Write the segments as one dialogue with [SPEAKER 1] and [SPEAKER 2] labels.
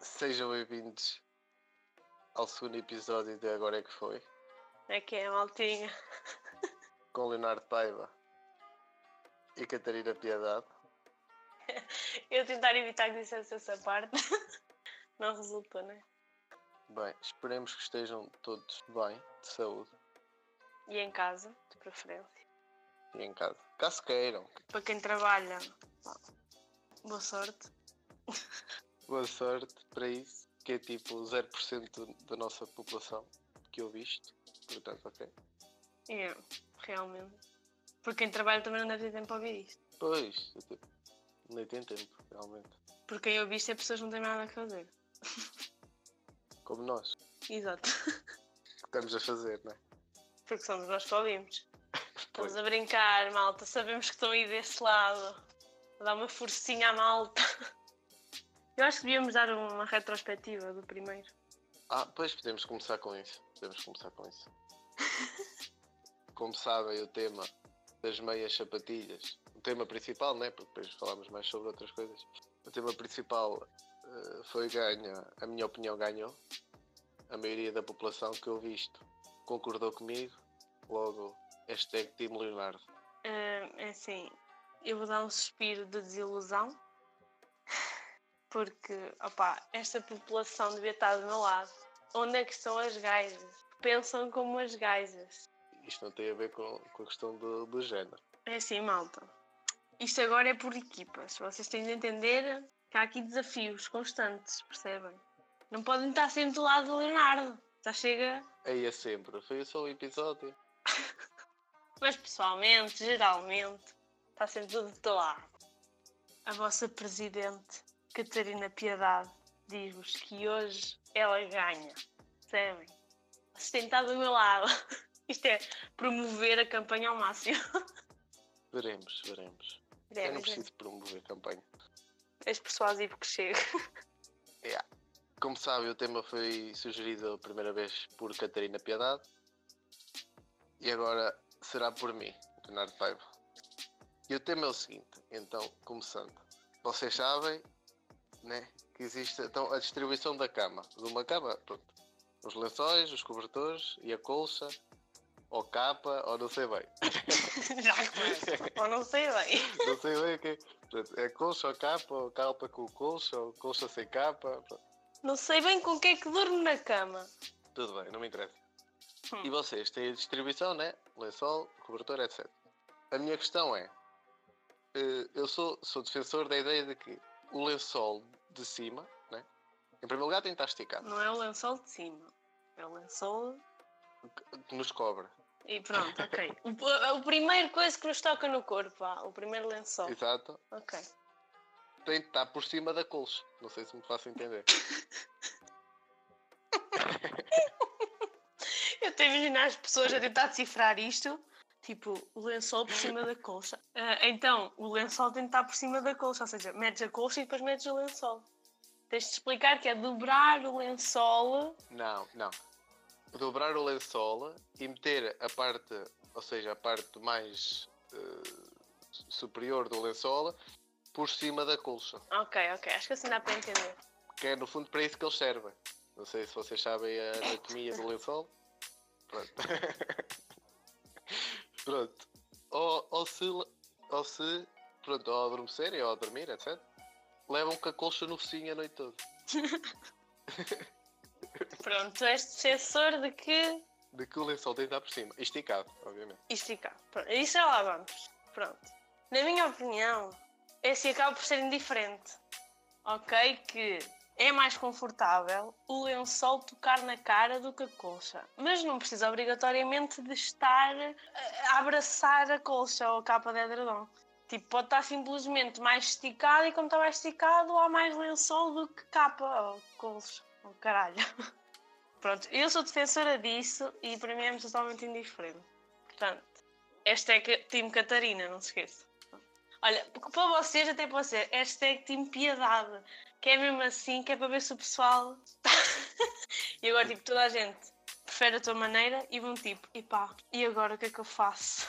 [SPEAKER 1] Sejam bem-vindos ao segundo episódio de Agora é que foi,
[SPEAKER 2] É que é, maltinha.
[SPEAKER 1] com Leonardo Paiva e Catarina Piedade.
[SPEAKER 2] Eu tentar evitar que dissesse essa parte. Não resultou, né?
[SPEAKER 1] Bem, esperemos que estejam todos bem, de saúde
[SPEAKER 2] E em casa, de preferência.
[SPEAKER 1] e em casa. Caso queiram,
[SPEAKER 2] Para quem trabalha, pá, boa sorte.
[SPEAKER 1] boa sorte para isso, que é tipo 0% do- da nossa população que eu visto. Portanto, ok.
[SPEAKER 2] E é, realmente. Porque quem trabalha também não deve ter tempo a ouvir isto.
[SPEAKER 1] Pois, eu, tipo, nem tem tempo, realmente.
[SPEAKER 2] Porque quem ouve isto é pessoas que não têm nada a fazer.
[SPEAKER 1] Como nós,
[SPEAKER 2] Exato.
[SPEAKER 1] que estamos a fazer, não é?
[SPEAKER 2] Porque somos nós que ouvimos.
[SPEAKER 1] Pois.
[SPEAKER 2] Estamos a brincar, malta. Sabemos que estão aí desse lado. Dá uma forcinha à malta. Eu acho que devíamos dar uma retrospectiva do primeiro.
[SPEAKER 1] Ah, pois podemos começar com isso. Podemos começar com isso. Como sabem, o tema das meias sapatilhas, o tema principal, né? Porque depois falámos mais sobre outras coisas. O tema principal eh, foi ganha, a minha opinião ganhou. A maioria da população que eu visto concordou comigo. Logo, hashtag Team Leonardo.
[SPEAKER 2] Ah, é assim, eu vou dar um suspiro de desilusão, porque, opá, esta população devia estar do meu lado. Onde é que estão as gajas? Pensam como as gajas.
[SPEAKER 1] Isto não tem a ver com, com a questão do, do género.
[SPEAKER 2] É assim, malta. Isto agora é por equipas. Vocês têm de entender que há aqui desafios constantes, percebem? Não podem estar sempre do lado do Leonardo. Já chega.
[SPEAKER 1] Aí é sempre. Foi só um episódio.
[SPEAKER 2] Mas pessoalmente, geralmente, está sempre tudo de lado. A vossa presidente, Catarina Piedade, diz-vos que hoje ela ganha. Percebem? Vocês têm estado do meu lado. Isto é promover a campanha ao máximo.
[SPEAKER 1] Veremos, veremos.
[SPEAKER 2] É,
[SPEAKER 1] Eu não preciso promover campanha.
[SPEAKER 2] És persuasivo que chega.
[SPEAKER 1] Como sabem, o tema foi sugerido a primeira vez por Catarina Piedade e agora será por mim, Leonardo Paiva. E o tema é o seguinte, então, começando. Vocês sabem né, que existe então, a distribuição da cama. De uma cama, pronto. Os lençóis, os cobertores e a colcha, ou capa, ou não sei bem.
[SPEAKER 2] Já começa. Ou não sei bem.
[SPEAKER 1] Não sei bem o que Pronto, é colcha ou capa, ou capa com colcha, ou colcha sem capa. Pronto.
[SPEAKER 2] Não sei bem com o que é que durmo na cama.
[SPEAKER 1] Tudo bem, não me interessa.
[SPEAKER 2] Hum.
[SPEAKER 1] E vocês têm a distribuição, né? Lençol, cobertor, etc. A minha questão é: eh, eu sou, sou defensor da ideia de que o lençol de cima, né? Em primeiro lugar, tem que estar esticado,
[SPEAKER 2] Não é o lençol de cima. É o lençol
[SPEAKER 1] que nos cobre.
[SPEAKER 2] E pronto, ok. O, o primeiro coisa que nos toca no corpo, vá, o primeiro lençol.
[SPEAKER 1] Exato.
[SPEAKER 2] Ok.
[SPEAKER 1] Tem que estar por cima da colcha. Não sei se me faço entender.
[SPEAKER 2] Eu estou a imaginar as pessoas a tentar decifrar isto. Tipo, o lençol por cima da colcha. Ah, então, o lençol tem de estar por cima da colcha, ou seja, metes a colcha e depois metes o lençol. Tens de explicar que é dobrar o lençol.
[SPEAKER 1] Não, não. Dobrar o lençol e meter a parte, ou seja, a parte mais eh, superior do lençol por cima da colcha.
[SPEAKER 2] Ok, ok, acho que assim dá para entender.
[SPEAKER 1] que é no fundo para isso que eles servem. Não sei se vocês sabem a anatomia do lençol. Pronto. pronto. Ou, ou se, ou se pronto, ou adormecerem ou a dormir, etc. Levam com a colcha no focinho a noite toda.
[SPEAKER 2] Pronto, tu és defensor de que.
[SPEAKER 1] De que o lençol tem de estar por cima. Esticado, obviamente.
[SPEAKER 2] E fica. Pronto, isso já lá vamos. Pronto. Na minha opinião, esse acaba por ser indiferente. Ok? Que é mais confortável o lençol tocar na cara do que a colcha. Mas não precisa obrigatoriamente de estar a- a abraçar a colcha ou a capa de edredom. Tipo, pode estar simplesmente mais esticado e como está mais esticado há mais lençol do que capa ou colcha. Ou caralho. Pronto, eu sou defensora disso e para mim é totalmente indiferente. Portanto, hashtag Team Catarina, não se esqueça. Olha, porque para vocês até pode ser hashtag Team Piedade, que é mesmo assim, que é para ver se o pessoal. e agora, tipo, toda a gente prefere a tua maneira e vão tipo, e pá, e agora o que é que eu faço?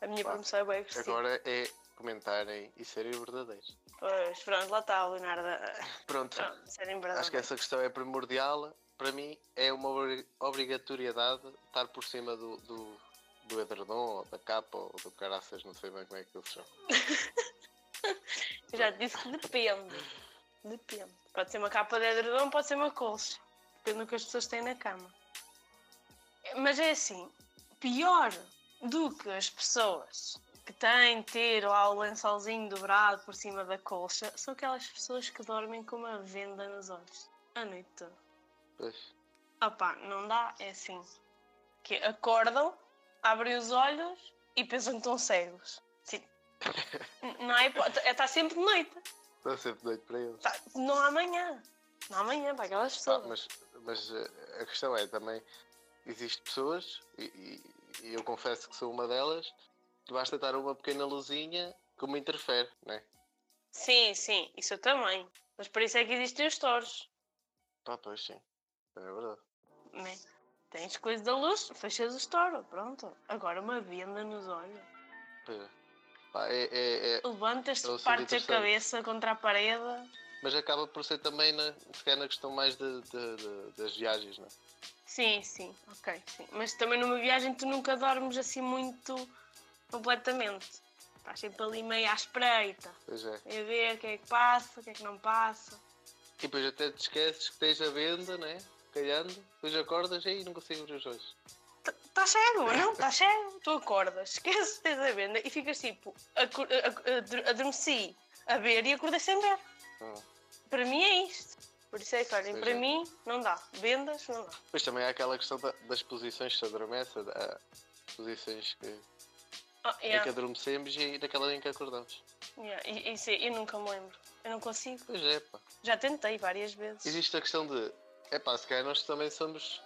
[SPEAKER 2] A minha
[SPEAKER 1] Pá,
[SPEAKER 2] promoção é bem agressiva.
[SPEAKER 1] Agora é comentarem e serem verdadeiros.
[SPEAKER 2] Pois, pronto, lá está o Leonardo. eh,
[SPEAKER 1] Pronto,
[SPEAKER 2] Pronto, isso
[SPEAKER 1] acho que
[SPEAKER 2] era embaraçador.
[SPEAKER 1] essa questão é primordial. Para mim, é uma obri- obrigatoriedade estar por cima do, do, do edredom, ou da capa, ou do caraças, não sei bem como é que eles são.
[SPEAKER 2] Eu Já te disse que depende. Depende. Pode ser uma capa de edredom, pode ser uma colcha. Depende do que as pessoas têm na cama. Mas é assim, pior do que as pessoas que têm de ter lá o lençolzinho dobrado por cima da colcha, são aquelas pessoas que dormem com uma venda nos olhos. A noite toda.
[SPEAKER 1] Pois,
[SPEAKER 2] Opá, não dá, é assim. Que acordam, abrem os olhos e pensam que estão cegos. Sim. N- Não é hipótese. Está sempre de noite.
[SPEAKER 1] estou sempre doido para eles.
[SPEAKER 2] Tá- não há amanhã. Não há amanhã para aquelas
[SPEAKER 1] Pá,
[SPEAKER 2] pessoas.
[SPEAKER 1] Tá, mas, mas eh, a questão é também, existem pessoas, e, e- e eu confesso que sou uma delas, que basta estar uma pequena luzinha que me interfere, né?
[SPEAKER 2] Sim, sim, isso eu também. Mas por isso é que existem os touros.
[SPEAKER 1] Pá, pois sim, é verdade.
[SPEAKER 2] Né? Tens coisa da luz, fechas o touro, pronto. Agora uma venda nos olhos.
[SPEAKER 1] Pois é. Pá, é- é- é-
[SPEAKER 2] Levantas-te,
[SPEAKER 1] Eu sou
[SPEAKER 2] partes a
[SPEAKER 1] interessante.
[SPEAKER 2] cabeça contra a parede.
[SPEAKER 1] Mas acaba por ser também, na, se calhar, na questão mais de, de- de- das viagens, né?
[SPEAKER 2] Sim, sim, ok, sim. Mas também numa viagem tu nunca dormes assim muito completamente. Estás sempre ali meio à espreita.
[SPEAKER 1] Pois é.
[SPEAKER 2] A ver o que é que passa, o que é que não passa.
[SPEAKER 1] E depois até te esqueces que tens a venda, né? Calhando, depois acordas e aí não consigo abrir os olhos.
[SPEAKER 2] Estás cego, Tá
[SPEAKER 1] É.
[SPEAKER 2] não? Estás cego? Tu acordas, esqueces que tens a venda e ficas tipo, acu- a- a- ador- adormeci a ver e acordei sem ver.
[SPEAKER 1] Ah.
[SPEAKER 2] Para mim é isto. Por isso é que, olhem,
[SPEAKER 1] Pois
[SPEAKER 2] para
[SPEAKER 1] é.
[SPEAKER 2] mim não dá. Vendas não dá.
[SPEAKER 1] Pois também há aquela questão da- das posições que se adormece, há posições que,
[SPEAKER 2] Ah,
[SPEAKER 1] em é que
[SPEAKER 2] yeah,
[SPEAKER 1] adormecemos e naquela em que acordamos.
[SPEAKER 2] yeah, e- Isso é, eu nunca me lembro. Eu não consigo.
[SPEAKER 1] Pois é, pá.
[SPEAKER 2] Já tentei várias vezes.
[SPEAKER 1] Existe a questão de, é pá, se calhar nós também somos,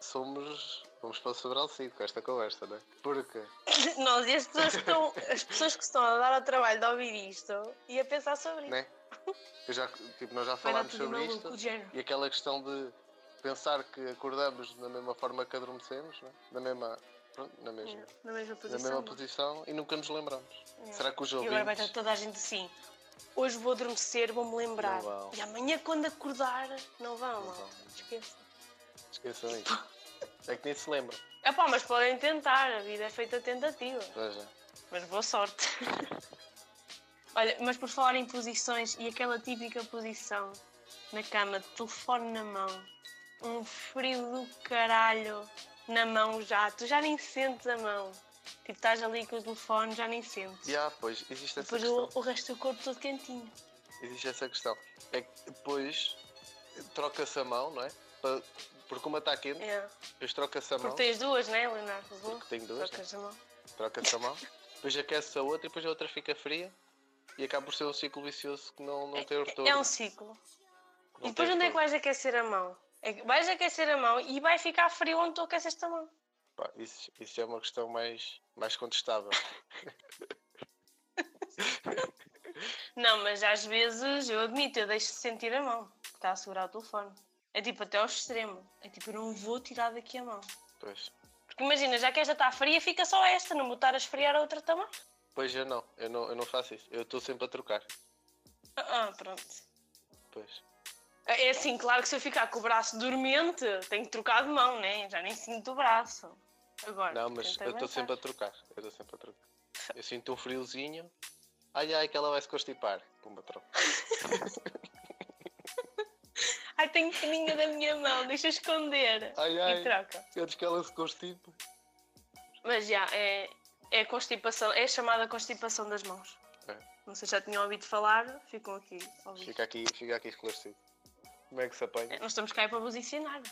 [SPEAKER 1] somos, vamos para o Sobral 5 com esta conversa, né? Porque,
[SPEAKER 2] Nós e as pessoas, que estão, as pessoas que estão a dar ao trabalho de ouvir isto e a pensar sobre isto.
[SPEAKER 1] né? Eu já, tipo, nós já
[SPEAKER 2] Vai dar
[SPEAKER 1] falámos
[SPEAKER 2] tudo
[SPEAKER 1] sobre
[SPEAKER 2] maluco,
[SPEAKER 1] isto.
[SPEAKER 2] o género.
[SPEAKER 1] E aquela questão de pensar que acordamos da mesma forma que adormecemos, né? da mesma, pronto, na mesma,
[SPEAKER 2] Yeah, Na mesma
[SPEAKER 1] na
[SPEAKER 2] É, posição.
[SPEAKER 1] mesma
[SPEAKER 2] não.
[SPEAKER 1] posição e nunca nos lembramos.
[SPEAKER 2] Yeah.
[SPEAKER 1] Será que os
[SPEAKER 2] E
[SPEAKER 1] ouvintes...
[SPEAKER 2] agora vai estar toda a gente assim. Hoje vou adormecer, vou-me lembrar.
[SPEAKER 1] Não vão.
[SPEAKER 2] E amanhã, quando acordar, não vão,
[SPEAKER 1] Não
[SPEAKER 2] malta.
[SPEAKER 1] vão.
[SPEAKER 2] Esqueça.
[SPEAKER 1] Esqueçam isso. É que nem se lembra.
[SPEAKER 2] Ah pá, mas podem tentar, a vida é feita tentativa.
[SPEAKER 1] Veja.
[SPEAKER 2] Mas boa sorte. Olha, mas por falar em posições e aquela típica posição na cama, telefone na mão, um frio do caralho na mão já, tu já nem sentes a mão. Tipo, estás ali com o telefone, já nem sentes.
[SPEAKER 1] E há, pois, existe essa
[SPEAKER 2] Depois o,
[SPEAKER 1] questão.
[SPEAKER 2] o resto do corpo todo quentinho.
[SPEAKER 1] Existe essa questão. É que depois troca-se a mão, não é? Pa- Porque uma está quente,
[SPEAKER 2] É.
[SPEAKER 1] depois troca-se a mão.
[SPEAKER 2] Porque tens duas, né, Leonardo?
[SPEAKER 1] Porque tenho duas, né?
[SPEAKER 2] Trocas a mão.
[SPEAKER 1] troca-se a mão. Depois aquece a outra e depois a outra fica fria. E acaba por ser um ciclo vicioso que não, não tem retorno.
[SPEAKER 2] É um ciclo.
[SPEAKER 1] Não
[SPEAKER 2] e depois
[SPEAKER 1] tem
[SPEAKER 2] onde é que
[SPEAKER 1] retorno.
[SPEAKER 2] vais aquecer a mão? É que vais aquecer a mão e vai ficar frio onde tu aqueceste a mão.
[SPEAKER 1] Pá, isso, isso é uma questão mais, mais contestável.
[SPEAKER 2] Não, mas às vezes eu admito, eu deixo de sentir a mão que está a segurar o telefone. É tipo até ao extremo. É tipo, eu não vou tirar daqui a mão.
[SPEAKER 1] Pois.
[SPEAKER 2] Porque imagina, já que esta está fria, fica só esta, não botar a esfriar a outra também.
[SPEAKER 1] Pois eu não, eu não, eu não faço isso. Eu estou sempre a trocar.
[SPEAKER 2] Ah, ah, pronto.
[SPEAKER 1] Pois.
[SPEAKER 2] É assim, claro que se eu ficar com o braço dormente, tenho que trocar de mão, né? Já nem sinto o braço. Agora.
[SPEAKER 1] Não, mas
[SPEAKER 2] tenta
[SPEAKER 1] eu estou
[SPEAKER 2] aguentar.
[SPEAKER 1] sempre a trocar. Eu estou sempre a trocar. Eu sinto um friozinho. Ai ai, que ela vai se constipar. Pumba, troco.
[SPEAKER 2] Ai, tenho peninha da minha mão, deixa eu esconder.
[SPEAKER 1] Ai ai,
[SPEAKER 2] E troca.
[SPEAKER 1] antes que ela se constipe.
[SPEAKER 2] Mas já, é, é constipação, é chamada constipação das mãos.
[SPEAKER 1] É.
[SPEAKER 2] Não sei se já tinham ouvido falar, ficam aqui. a ouvir.
[SPEAKER 1] Fica aqui, fica aqui esclarecido. Como é que se
[SPEAKER 2] É,
[SPEAKER 1] apanha?
[SPEAKER 2] Nós estamos cá é para vos ensinar.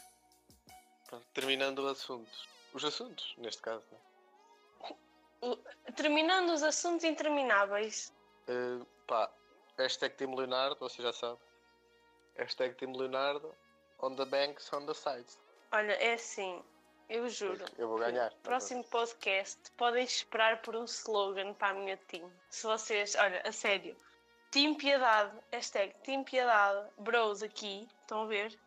[SPEAKER 1] Pronto, terminando o assunto. Os assuntos, neste caso. Né?
[SPEAKER 2] Terminando os assuntos intermináveis.
[SPEAKER 1] Eh, pá, hashtag Team Leonardo, você já sabe. Hashtag Team Leonardo, on the banks, on the sides.
[SPEAKER 2] Olha, é assim, eu juro.
[SPEAKER 1] Eu vou ganhar.
[SPEAKER 2] Próximo podcast, podem esperar por um slogan para a minha team. Se vocês, olha, a sério, Team Piedade, hashtag Team Piedade, bros aqui, estão a ver?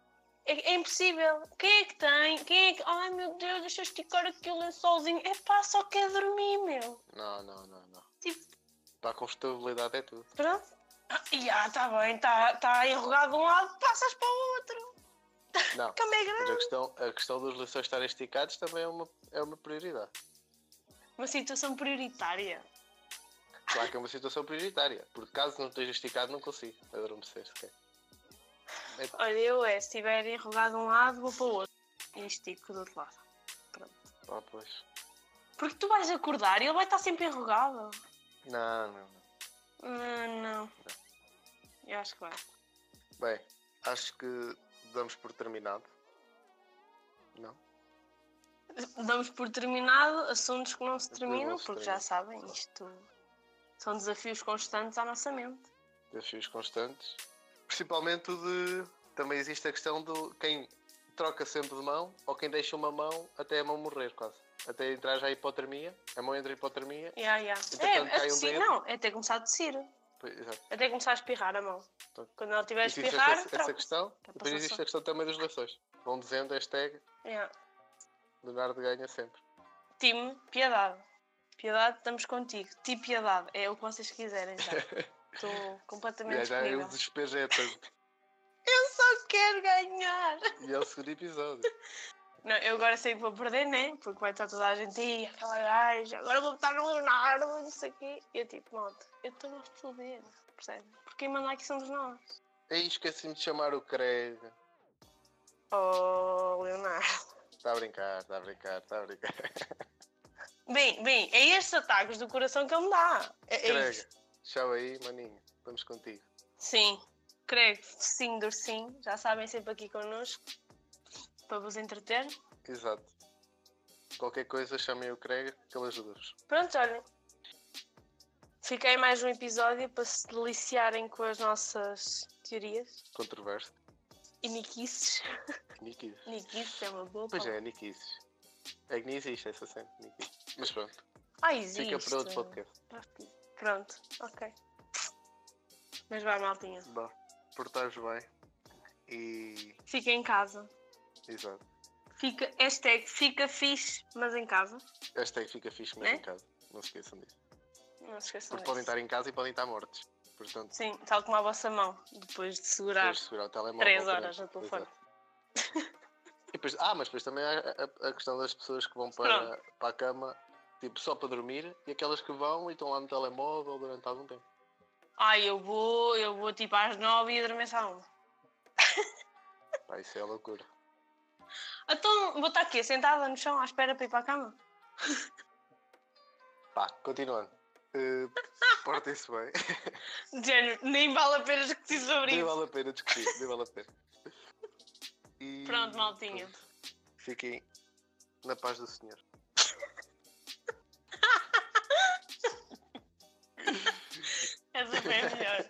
[SPEAKER 2] É, é impossível. Quem é que tem? Quem é que. Ai meu Deus, deixa eu esticar aqui o lençolzinho. É pá, só quer dormir, meu.
[SPEAKER 1] Não, não, não, não.
[SPEAKER 2] Tipo-
[SPEAKER 1] Para a confortabilidade é tudo.
[SPEAKER 2] Pronto. Ya, está bem, está tá enrugado de um lado, passas para o outro.
[SPEAKER 1] Não,
[SPEAKER 2] Como é grande.
[SPEAKER 1] mas a questão, a questão dos lençóis estarem esticados também é uma, é uma prioridade.
[SPEAKER 2] Uma situação prioritária.
[SPEAKER 1] Claro que é uma situação prioritária, porque caso não esteja esticado, não consigo adormecer sequer.
[SPEAKER 2] Olha, eu é, se estiver enrugado de um lado, vou para o outro. E estico do outro lado.
[SPEAKER 1] Ah, pois.
[SPEAKER 2] Porque tu vais acordar e ele vai estar sempre enrugado.
[SPEAKER 1] Não, não, não.
[SPEAKER 2] Não, Ah, não. Eu acho que vai.
[SPEAKER 1] Bem, acho que damos por terminado. Não?
[SPEAKER 2] Damos por terminado assuntos que não se
[SPEAKER 1] Depois não
[SPEAKER 2] terminam,
[SPEAKER 1] se
[SPEAKER 2] porque
[SPEAKER 1] termina.
[SPEAKER 2] já sabem, isto são desafios constantes à nossa mente.
[SPEAKER 1] Desafios constantes. Principalmente o de. Também existe a questão do quem troca sempre de mão ou quem deixa uma mão até a mão morrer, quase. Até entrar já a hipotermia, a mão entra em hipotermia.
[SPEAKER 2] Ya, ya.
[SPEAKER 1] Entretanto,
[SPEAKER 2] É, a
[SPEAKER 1] cai um
[SPEAKER 2] tossir,
[SPEAKER 1] dedo.
[SPEAKER 2] não, é ter começado a tossir.
[SPEAKER 1] Pois, Exato.
[SPEAKER 2] Até começar a espirrar a mão.
[SPEAKER 1] Então,
[SPEAKER 2] Quando ela estiver a
[SPEAKER 1] Existe
[SPEAKER 2] espirrar,
[SPEAKER 1] essa, essa
[SPEAKER 2] troca.
[SPEAKER 1] questão.
[SPEAKER 2] Para
[SPEAKER 1] Depois
[SPEAKER 2] passar
[SPEAKER 1] existe
[SPEAKER 2] só.
[SPEAKER 1] a questão também dos lações. Vão dizendo hashtag
[SPEAKER 2] Ya.
[SPEAKER 1] Leonardo ganha sempre.
[SPEAKER 2] Time, piedade. Piedade, estamos contigo. Ti, piedade. É o que vocês quiserem já. Estou completamente
[SPEAKER 1] E já é
[SPEAKER 2] disponível.
[SPEAKER 1] o desespero já é tanto.
[SPEAKER 2] Eu só quero ganhar.
[SPEAKER 1] E é o segundo episódio.
[SPEAKER 2] Não, eu agora sei que vou perder, né? Porque vai estar toda a gente aí, aquela gaja, agora vou botar no Leonardo, não sei o quê. E eu tipo, malta, eu estou a foder, percebe? Porque quem manda aqui somos nós.
[SPEAKER 1] Ei, esqueci-me de chamar o Craig.
[SPEAKER 2] Oh, Leonardo.
[SPEAKER 1] Está Tá a brincar, está a brincar, está a brincar.
[SPEAKER 2] Bem, bem, é estes ataques do coração que ele me dá. É, é
[SPEAKER 1] Craig,
[SPEAKER 2] isto.
[SPEAKER 1] tchau aí, maninho. Estamos contigo.
[SPEAKER 2] Sim, creio, sim, Dorcinho, já sabem, sempre aqui connosco, para vos entreter.
[SPEAKER 1] Exato. Qualquer coisa, chamem o Craig, que ele ajuda-vos.
[SPEAKER 2] Pronto, olhem. Fiquei mais um episódio para se deliciarem com as nossas teorias.
[SPEAKER 1] Controverso.
[SPEAKER 2] E niquices.
[SPEAKER 1] Niquices.
[SPEAKER 2] Niquices é uma boa
[SPEAKER 1] Pois
[SPEAKER 2] palavra.
[SPEAKER 1] é, Niquices. É que nem existe essa cena, Niquices. Mas pronto,
[SPEAKER 2] Ah, existe.
[SPEAKER 1] fica para outro podcast.
[SPEAKER 2] Pronto, ok. Mas vai, maltinha.
[SPEAKER 1] Vá, portar-vos bem. E...
[SPEAKER 2] Fica em casa.
[SPEAKER 1] Exato.
[SPEAKER 2] Fica, hashtag fica fixe, mas em casa.
[SPEAKER 1] Hashtag fica fixe mesmo
[SPEAKER 2] Né?
[SPEAKER 1] em casa. Não se esqueçam disso.
[SPEAKER 2] Não se esqueçam
[SPEAKER 1] Porque podem
[SPEAKER 2] disso.
[SPEAKER 1] estar em casa e podem estar mortos. Portanto,
[SPEAKER 2] Sim, tal como a vossa mão, depois de segurar.
[SPEAKER 1] depois de segurar o telemóvel.
[SPEAKER 2] Três
[SPEAKER 1] outra
[SPEAKER 2] horas
[SPEAKER 1] vez.
[SPEAKER 2] no telefone.
[SPEAKER 1] Exato. E depois- ah, mas depois também há a, a questão das pessoas que vão para, para a cama, tipo, só para dormir, e aquelas que vão e estão lá no telemóvel durante algum tempo.
[SPEAKER 2] Ai, eu vou, eu vou tipo às nove e adormeço à uma.
[SPEAKER 1] Pá, isso é loucura.
[SPEAKER 2] Então, vou estar aqui, sentada no chão, à espera para ir para a cama.
[SPEAKER 1] Pá, continuando. Eh, Portem-se bem.
[SPEAKER 2] De género, nem vale a pena discutir sobre
[SPEAKER 1] Nem
[SPEAKER 2] isso.
[SPEAKER 1] vale a pena discutir, nem vale a pena. E
[SPEAKER 2] Pronto, maltinha.
[SPEAKER 1] pronto. Fiquem na paz do Senhor.
[SPEAKER 2] Essa foi a é melhor.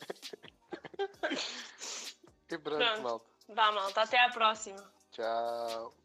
[SPEAKER 1] E pronto,
[SPEAKER 2] Pronto.
[SPEAKER 1] malta.
[SPEAKER 2] Vá, malta, até à próxima.
[SPEAKER 1] Tchau.